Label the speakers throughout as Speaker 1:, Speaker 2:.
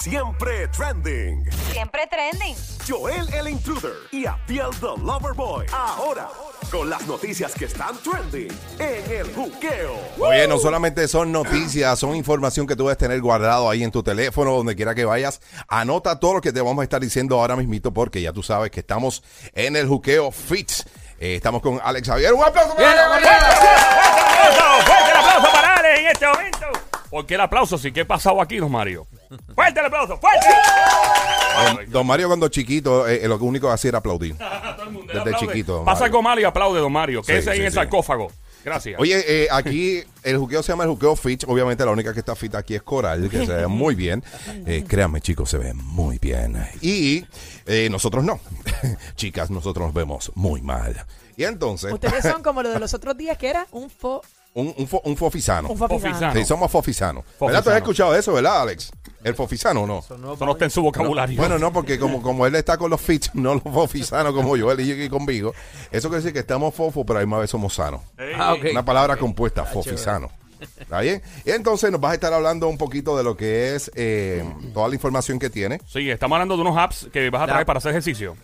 Speaker 1: Siempre trending.
Speaker 2: Siempre trending.
Speaker 1: Joel el Intruder y Apiel the Lover Boy. Ahora, con las noticias que están trending en el juqueo.
Speaker 3: Oye, no solamente son noticias, son información que tú debes tener guardado ahí en tu teléfono, donde quiera que vayas. Anota todo lo que te vamos a estar diciendo ahora mismito, porque ya tú sabes que estamos en el juqueo Fits. Eh, estamos con Alex Javier. ¡Un aplauso! para
Speaker 4: Bien,
Speaker 3: Alex!
Speaker 4: bien, ¡Fuerte el aplauso! ¡Fuerte el aplauso para Alex en este momento! ¿Por qué el aplauso? ¿Sí? ¿Qué ha pasado aquí, don Mario? ¡Fuerte el aplauso! ¡Fuerte!
Speaker 3: Don- Don Mario cuando chiquito, eh, eh, lo único que hacía era aplaudir. Desde
Speaker 4: Aplaude.
Speaker 3: chiquito, don
Speaker 4: Pasa
Speaker 3: Mario.
Speaker 4: algo mal y aplaude, don Mario.
Speaker 3: Sí,
Speaker 4: Que ese ahí
Speaker 3: sí,
Speaker 4: en el
Speaker 3: sí.
Speaker 4: sarcófago. Gracias.
Speaker 3: Oye, eh, aquí el juqueo se llama el juqueo Fitch. Obviamente la única que está fit aquí es Coral, que se ve muy bien. Eh, créanme, chicos, se ve muy bien. Y eh, nosotros no. Chicas, nosotros nos vemos muy mal. Y entonces,
Speaker 5: Ustedes son como lo de los otros días que era un fo,
Speaker 3: un, un, fo- un fofisano.
Speaker 5: un fofisano.
Speaker 4: Fofisano.
Speaker 3: Sí, somos fofisanos. ¿Verdad? ¿Tú
Speaker 4: Fofisano.
Speaker 3: has escuchado eso, verdad, Alex? ¿El fofisano o no?
Speaker 4: Eso no está en su vocabulario.
Speaker 3: Bueno, no, porque como, como él está con los fits, no los fofisanos como yo, él y yo aquí conmigo. Eso quiere decir que estamos fofos, pero a la misma vez somos sanos.
Speaker 6: Ah, ok.
Speaker 3: Una palabra compuesta, fofisano. ¿Está bien? Y entonces nos vas a estar hablando un poquito de lo que es eh, toda la información que tiene.
Speaker 4: Sí, estamos hablando de unos apps que vas a traer
Speaker 6: La-
Speaker 4: para hacer ejercicio.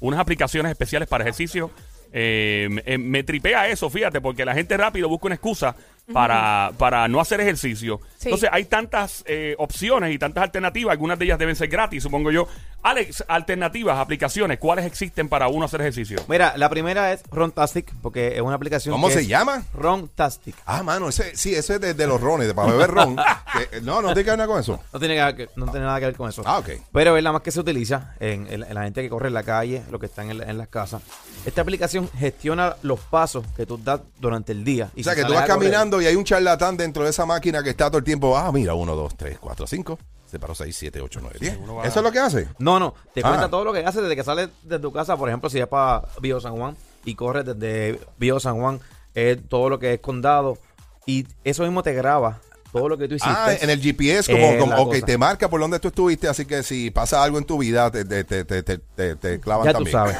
Speaker 4: Unas aplicaciones especiales para ejercicio. Eh, me- eh, me tripea eso, fíjate, porque la gente rápido busca una excusa para, para no hacer ejercicio.
Speaker 5: Sí.
Speaker 4: Entonces hay tantas eh, opciones y tantas alternativas. Algunas de ellas deben ser gratis, supongo yo. Alex, alternativas, aplicaciones, ¿cuáles existen para uno hacer ejercicio?
Speaker 6: Mira, la primera es Rontastic, porque es una aplicación.
Speaker 3: ¿Cómo
Speaker 6: que
Speaker 3: se
Speaker 6: es
Speaker 3: llama?
Speaker 6: Rontastic.
Speaker 3: Ah, mano, ese, sí, ese es de, de los rones, de para beber ron. Que- no, no te queda nada con eso.
Speaker 6: No tiene, nada que, no tiene nada que ver con eso.
Speaker 3: Ah, ok.
Speaker 6: Pero es la más que se utiliza en, en- en la gente que corre en la calle, los que están en, la- en las casas. Esta aplicación gestiona los pasos que tú das durante el día.
Speaker 3: O sea, que tú vas caminando y hay un charlatán dentro de esa máquina que está todo el tiempo. Ah, mira, 1, 2, 3, 4, 5. Se paró 6, 7, 8, 9, 10. Eso es lo que hace.
Speaker 6: No, no, te
Speaker 3: Ah.
Speaker 6: cuenta todo lo que haces desde que sales de tu casa, por ejemplo, si es para Bio San Juan y corres desde Bio San Juan, eh, todo lo que es condado, y eso mismo te graba todo lo que tú hiciste.
Speaker 3: Ah, en el GPS, como,
Speaker 6: Eh,
Speaker 3: como-
Speaker 6: la
Speaker 3: ok,
Speaker 6: cosa.
Speaker 3: te marca por donde tú estuviste, así que si pasa algo en tu vida, te, te, te, te, te, te- te clavan
Speaker 6: Ya tú
Speaker 3: también.
Speaker 6: sabes.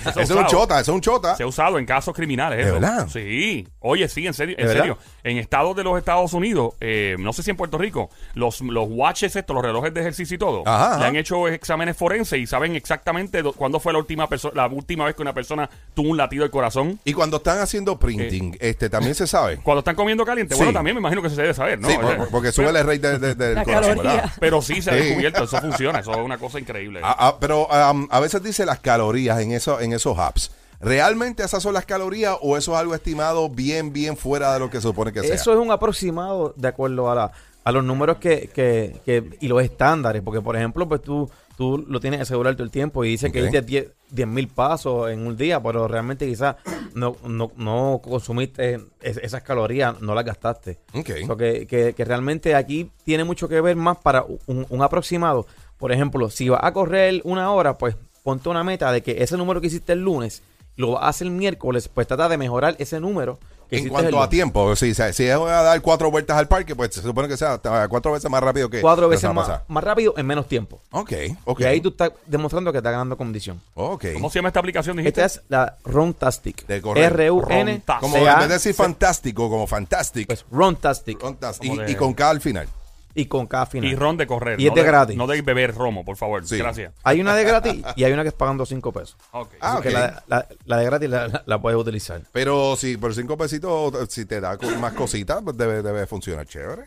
Speaker 3: Eso es un chota, eso es un chota.
Speaker 4: Se ha usado en casos criminales.
Speaker 3: Ah. ¿De
Speaker 4: eso.
Speaker 3: verdad?
Speaker 4: Sí. Oye, sí, en serio. En
Speaker 3: verdad?
Speaker 4: serio. En estados de los Estados Unidos, eh, no sé si en Puerto Rico, los, los watches estos, los relojes de ejercicio y todo,
Speaker 3: Ajá, ajá.
Speaker 4: le han hecho exámenes forenses y saben exactamente do- cuándo fue la última, perso- la última vez que una persona tuvo un latido del corazón.
Speaker 3: Y cuando están haciendo printing, este también se sabe.
Speaker 4: Cuando están comiendo caliente,
Speaker 3: Sí.
Speaker 4: bueno, también me imagino que se debe saber, ¿no?
Speaker 3: sí,
Speaker 4: O
Speaker 3: por-
Speaker 4: sea,
Speaker 3: por- porque sube el rate de, de- del
Speaker 5: La
Speaker 3: corazón,
Speaker 5: caloría.
Speaker 3: ¿verdad?
Speaker 4: pero sí se ha
Speaker 3: Sí.
Speaker 4: descubierto, eso funciona, eso es una cosa increíble.
Speaker 3: Ah, ah, pero am, a veces dice las calorías en, eso, en esos apps. ¿Realmente esas son las calorías o eso es algo estimado bien, bien fuera de lo que se supone que sea?
Speaker 6: Eso es un aproximado de acuerdo a, la- a los números que, que- que- y los estándares. Porque, por ejemplo, pues tú, tú lo tienes asegurado todo el tiempo y dice
Speaker 3: Ok.
Speaker 6: que diste 10 10 mil pasos en un día, pero realmente quizás no, no, no consumiste es- esas calorías, no las gastaste.
Speaker 3: Ok.
Speaker 6: So que, que- que realmente aquí tiene mucho que ver más para un, un aproximado. Por ejemplo, si vas a correr una hora, pues ponte una meta de que ese número que hiciste el lunes lo vas a hacer el miércoles, pues trata de mejorar ese número. que
Speaker 3: En
Speaker 6: hiciste el
Speaker 3: cuanto a
Speaker 6: lunes.
Speaker 3: tiempo, si, si si es a dar cuatro vueltas al parque, pues se supone que sea hasta cuatro veces más rápido que
Speaker 6: cuatro
Speaker 3: la
Speaker 6: veces
Speaker 3: semana
Speaker 6: más,
Speaker 3: pasada.
Speaker 6: más rápido en menos tiempo.
Speaker 3: Ok, ok.
Speaker 6: Y ahí tú estás demostrando que estás ganando condición.
Speaker 3: Ok.
Speaker 4: ¿Cómo se llama esta aplicación, dijiste?
Speaker 6: Esta Este es la Rontastic.
Speaker 3: De correr.
Speaker 6: R-U-N.
Speaker 4: Rontastic.
Speaker 3: Como Pues, en vez de decir fantástico, como fantastic.
Speaker 6: Pues Rontastic.
Speaker 3: Fantastic.
Speaker 4: como
Speaker 3: Y,
Speaker 4: de-
Speaker 3: y con K al final.
Speaker 6: Y con K final.
Speaker 4: Y ron de correr.
Speaker 6: Y es
Speaker 4: no
Speaker 6: de gratis.
Speaker 4: No de beber romo, por favor.
Speaker 3: Sí.
Speaker 4: Gracias.
Speaker 6: Hay una de gratis y hay una que es pagando cinco pesos.
Speaker 4: Ok.
Speaker 3: Ah,
Speaker 6: Así
Speaker 3: ok.
Speaker 6: que la, la- la de gratis la, la- la puedes utilizar.
Speaker 3: Pero si por cinco pesitos, si te da con- más cositas, pues debe, debe funcionar chévere.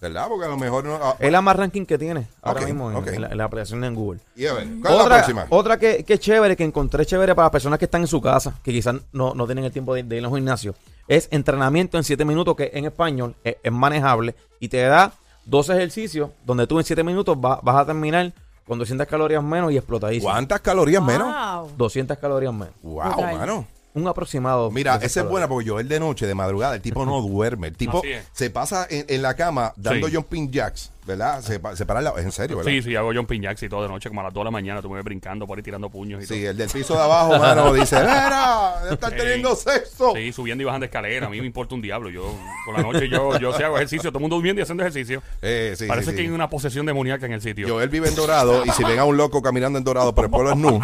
Speaker 3: ¿Verdad? Porque a lo mejor no. ah,
Speaker 6: Es la más ranking que tiene ahora
Speaker 3: Ok,
Speaker 6: mismo en,
Speaker 3: ok.
Speaker 6: en la, en la aplicación en Google.
Speaker 3: y a ver, ¿Cuál es la
Speaker 6: Otra,
Speaker 3: próxima?
Speaker 6: otra que, que es chévere, que encontré chévere para las personas que están en su casa, que quizás no, no tienen el tiempo de, de ir a un gimnasio, es entrenamiento en 7 minutos, que en español es, es manejable y te da dos ejercicios donde tú en 7 minutos va- vas a terminar con 200 calorías menos y explotadísimo.
Speaker 3: ¿Cuántas calorías menos?
Speaker 5: Wow.
Speaker 6: 200 calorías menos.
Speaker 3: Wow,
Speaker 5: Brutal.
Speaker 3: mano.
Speaker 6: Un aproximado.
Speaker 3: Mira,
Speaker 6: de esas
Speaker 3: esa es buena porque
Speaker 6: calorías.
Speaker 3: yo el de noche, de madrugada, el tipo no duerme. El tipo
Speaker 4: Así es.
Speaker 3: se pasa en, en la cama dando
Speaker 4: Sí.
Speaker 3: jumping jacks, ¿verdad? Se, pa- se para en la- en serio, ¿verdad?
Speaker 4: Sí, sí, hago John Piñax y todo de noche, como a las 2 de la mañana, tú me ves brincando por ahí tirando puños y
Speaker 3: Sí,
Speaker 4: todo.
Speaker 3: el del piso de abajo, mano, dice, ¡Mira! ¡Están
Speaker 4: Ey.
Speaker 3: teniendo sexo!
Speaker 4: Sí, subiendo y bajando escalera, a mí me importa un diablo. Yo, por la noche, yo, yo sí hago ejercicio, todo el mundo durmiendo y haciendo ejercicio.
Speaker 3: Eh, sí,
Speaker 4: Parece
Speaker 3: sí,
Speaker 4: que
Speaker 3: sí.
Speaker 4: hay una posesión demoníaca en el sitio.
Speaker 3: Yo él vive en Dorado
Speaker 5: Eh,
Speaker 3: y si ven a un loco caminando en Dorado por el pueblo es nu.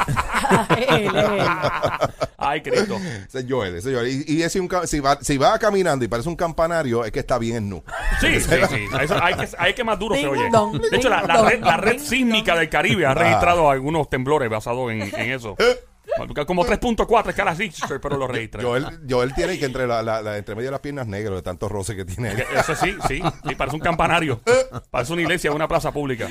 Speaker 5: Él, él.
Speaker 4: Ay, Cristo.
Speaker 3: Ese es Joel, ese es Joel. Y, y ese un ca- si, va, si va caminando y parece un campanario, es que está bien en nu.
Speaker 4: Sí, sí, sí. Eso hay, que, hay que más duro se
Speaker 5: Ding
Speaker 4: oye.
Speaker 5: dong,
Speaker 4: De hecho, la,
Speaker 5: ding
Speaker 4: la
Speaker 5: dong,
Speaker 4: red, la red
Speaker 5: ding
Speaker 4: sísmica del Caribe ha registrado algunos temblores basados en, en eso. Como 3.4 escala Richter, pero lo registra.
Speaker 3: Joel, Joel tiene que entre, la, la- la- entre medio de las piernas negro de tantos roces que tiene. él.
Speaker 4: Eso sí, sí, sí, parece un campanario. Parece una iglesia, una plaza pública.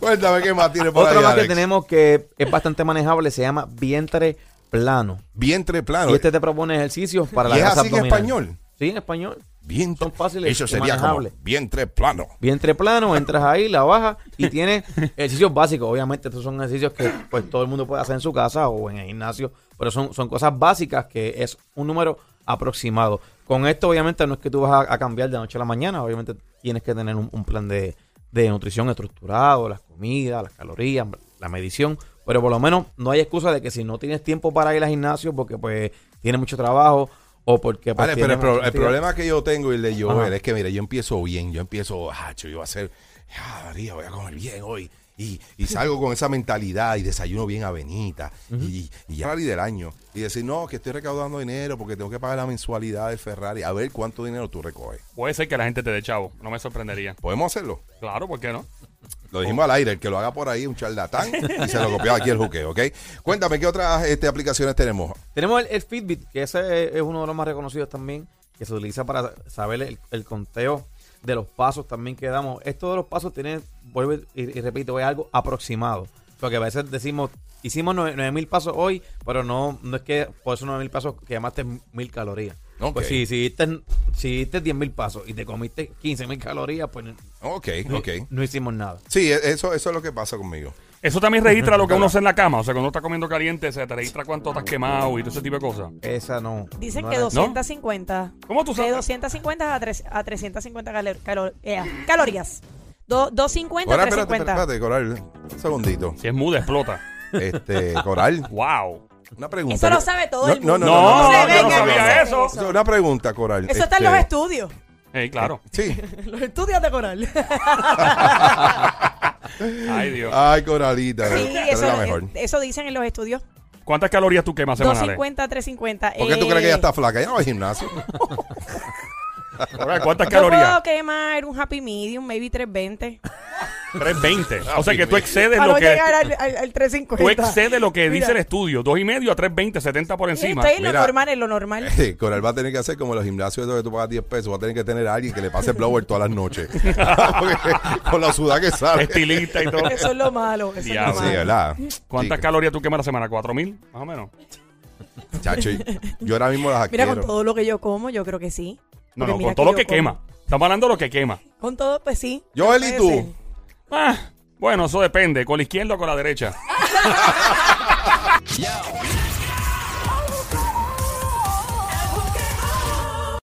Speaker 3: Cuéntame qué más tiene por
Speaker 6: Otra
Speaker 3: ahí,
Speaker 6: más que
Speaker 3: Alex.
Speaker 6: tenemos que es bastante manejable se llama vientre plano.
Speaker 3: Vientre plano.
Speaker 6: Y este te propone ejercicios para la
Speaker 3: ¿Y es
Speaker 6: grasa
Speaker 3: así en
Speaker 6: abdominal.
Speaker 3: español?
Speaker 6: Sí, en español.
Speaker 3: vientre,
Speaker 6: son fáciles
Speaker 3: Eso
Speaker 6: y
Speaker 3: sería como
Speaker 6: manejables.
Speaker 3: vientre plano.
Speaker 6: Vientre plano, entras ahí, la bajas y tienes ejercicios básicos. Obviamente, estos son ejercicios que pues todo el mundo puede hacer en su casa o en el gimnasio, pero son, son cosas básicas que es un número aproximado. Con esto, obviamente, no es que tú vas a, a cambiar de noche a la mañana, obviamente tienes que tener un, un plan de, de nutrición estructurado, las comidas, las calorías, la medición, pero por lo menos no hay excusa de que si no tienes tiempo para ir al gimnasio porque pues tienes mucho trabajo o porque... pues,
Speaker 3: Vale, pero el,
Speaker 6: tienes
Speaker 3: pro-
Speaker 6: mucha
Speaker 3: el
Speaker 6: actividad.
Speaker 3: problema que yo tengo y el de Joel
Speaker 6: Ajá.
Speaker 3: es que, mira, yo empiezo bien, yo empiezo, hacho, yo voy a hacer, ah, María, voy a comer bien hoy. Y, y salgo con esa mentalidad y desayuno bien avenita y, y ya salí del año. Y decir, no, que estoy recaudando dinero porque tengo que pagar la mensualidad del Ferrari. A ver cuánto dinero tú recoges.
Speaker 4: Puede ser que la gente te dé chavo, no me sorprendería.
Speaker 3: ¿Podemos hacerlo?
Speaker 4: Claro, ¿por qué no?
Speaker 3: Lo dijimos al aire, el que lo haga por ahí es un charlatán y se lo copió aquí el juqueo, ¿ok? Cuéntame, ¿qué otras este, aplicaciones tenemos?
Speaker 6: Tenemos el, el Fitbit, que ese es- es uno de los más reconocidos también, que se utiliza para saber el, el conteo de los pasos también que damos. Esto de los pasos tiene, vuelvo y, y repito, es algo aproximado. Porque a veces decimos, hicimos nueve- 9000 pasos hoy, pero no, no es que por esos 9000 pasos quemaste 1000 calorías.
Speaker 3: Ok.
Speaker 6: Pues si, si hiciste, si hiciste 10000 pasos y te comiste 15000 calorías, pues no-
Speaker 3: Ok,
Speaker 6: no,
Speaker 3: ok.
Speaker 6: no hicimos nada.
Speaker 3: Sí, e- eso, eso es lo que pasa conmigo.
Speaker 4: Eso también registra lo que uno hace en la cama. O sea, cuando uno está comiendo caliente, se te registra cuánto estás quemado y todo ese tipo de cosas.
Speaker 6: Esa no.
Speaker 5: Dicen
Speaker 6: no
Speaker 5: que
Speaker 6: era-
Speaker 5: 250.
Speaker 4: ¿Cómo tú
Speaker 5: De
Speaker 4: sabes?
Speaker 5: 250 a, tres- a 350 calo- calo- eh, calorías. Do- 250 a
Speaker 3: Ahora, espérate,
Speaker 5: 350.
Speaker 3: espérate, Coral, un segundito.
Speaker 4: Si es muda, explota.
Speaker 3: Este, Coral,
Speaker 4: ¡Wow!
Speaker 3: una pregunta.
Speaker 5: Eso lo sabe todo
Speaker 3: No,
Speaker 5: el
Speaker 3: No,
Speaker 5: mundo.
Speaker 3: no, no,
Speaker 4: No,
Speaker 5: se
Speaker 3: no,
Speaker 4: yo
Speaker 5: vengan
Speaker 4: no
Speaker 5: a
Speaker 4: sabía
Speaker 5: hacer
Speaker 4: eso.
Speaker 3: no, Una pregunta, Coral.
Speaker 5: Eso está en los
Speaker 3: Este,
Speaker 5: estudios.
Speaker 4: Eh, claro.
Speaker 3: Sí.
Speaker 5: Los estudios de coral.
Speaker 4: Ay, Dios.
Speaker 3: Ay, Coralita.
Speaker 5: Sí,
Speaker 3: esa
Speaker 5: eso, eh, este,
Speaker 3: es la mejor.
Speaker 5: eso dicen en los estudios.
Speaker 4: ¿Cuántas calorías tú quemas semanales?
Speaker 5: 250 a 350.
Speaker 3: ¿Por qué tú
Speaker 5: Eh,
Speaker 3: crees que ella está flaca? Ella no va al gimnasio.
Speaker 4: Ahora, ¿Cuántas
Speaker 5: Yo puedo
Speaker 4: calorías?
Speaker 5: quemar un happy medium, maybe 320.
Speaker 4: 320. O sea que tú excedes
Speaker 5: Para
Speaker 4: lo
Speaker 5: no
Speaker 4: que.
Speaker 5: llegar al, al- al 350.
Speaker 4: Tú excedes lo que dice
Speaker 5: Mira.
Speaker 4: el estudio. Dos y medio a 320, 70 por
Speaker 5: Sí,
Speaker 4: encima.
Speaker 5: Estoy en lo
Speaker 3: Mira.
Speaker 5: normal, en lo normal.
Speaker 3: Eh, Coral va a tener que hacer como los gimnasios esos que tú pagas 10 pesos. Va a tener que tener a alguien que le pase blower todas las noches. Porque con la sudad que sale.
Speaker 4: Estilista y todo.
Speaker 5: Eso es lo malo. Eso es lo
Speaker 4: Diablo.
Speaker 3: Sí,
Speaker 5: malo.
Speaker 3: ¿verdad?
Speaker 4: ¿Cuántas
Speaker 3: Sí,
Speaker 4: calorías tú quemas a la semana? ¿4000? Más o menos.
Speaker 3: Chacho, yo ahora mismo las adquiero.
Speaker 5: Mira, con todo lo que yo como, yo creo que sí.
Speaker 4: No,
Speaker 5: Porque
Speaker 4: no,
Speaker 5: mira
Speaker 4: con todo lo
Speaker 5: yo
Speaker 4: que
Speaker 5: como.
Speaker 4: quema. Estamos hablando de lo que quema.
Speaker 5: Con todo, pues sí.
Speaker 3: Joel, ¿y
Speaker 5: Puede
Speaker 3: tú?
Speaker 5: ser.
Speaker 4: Ah, bueno, eso depende. ¿Con la izquierda o con la derecha?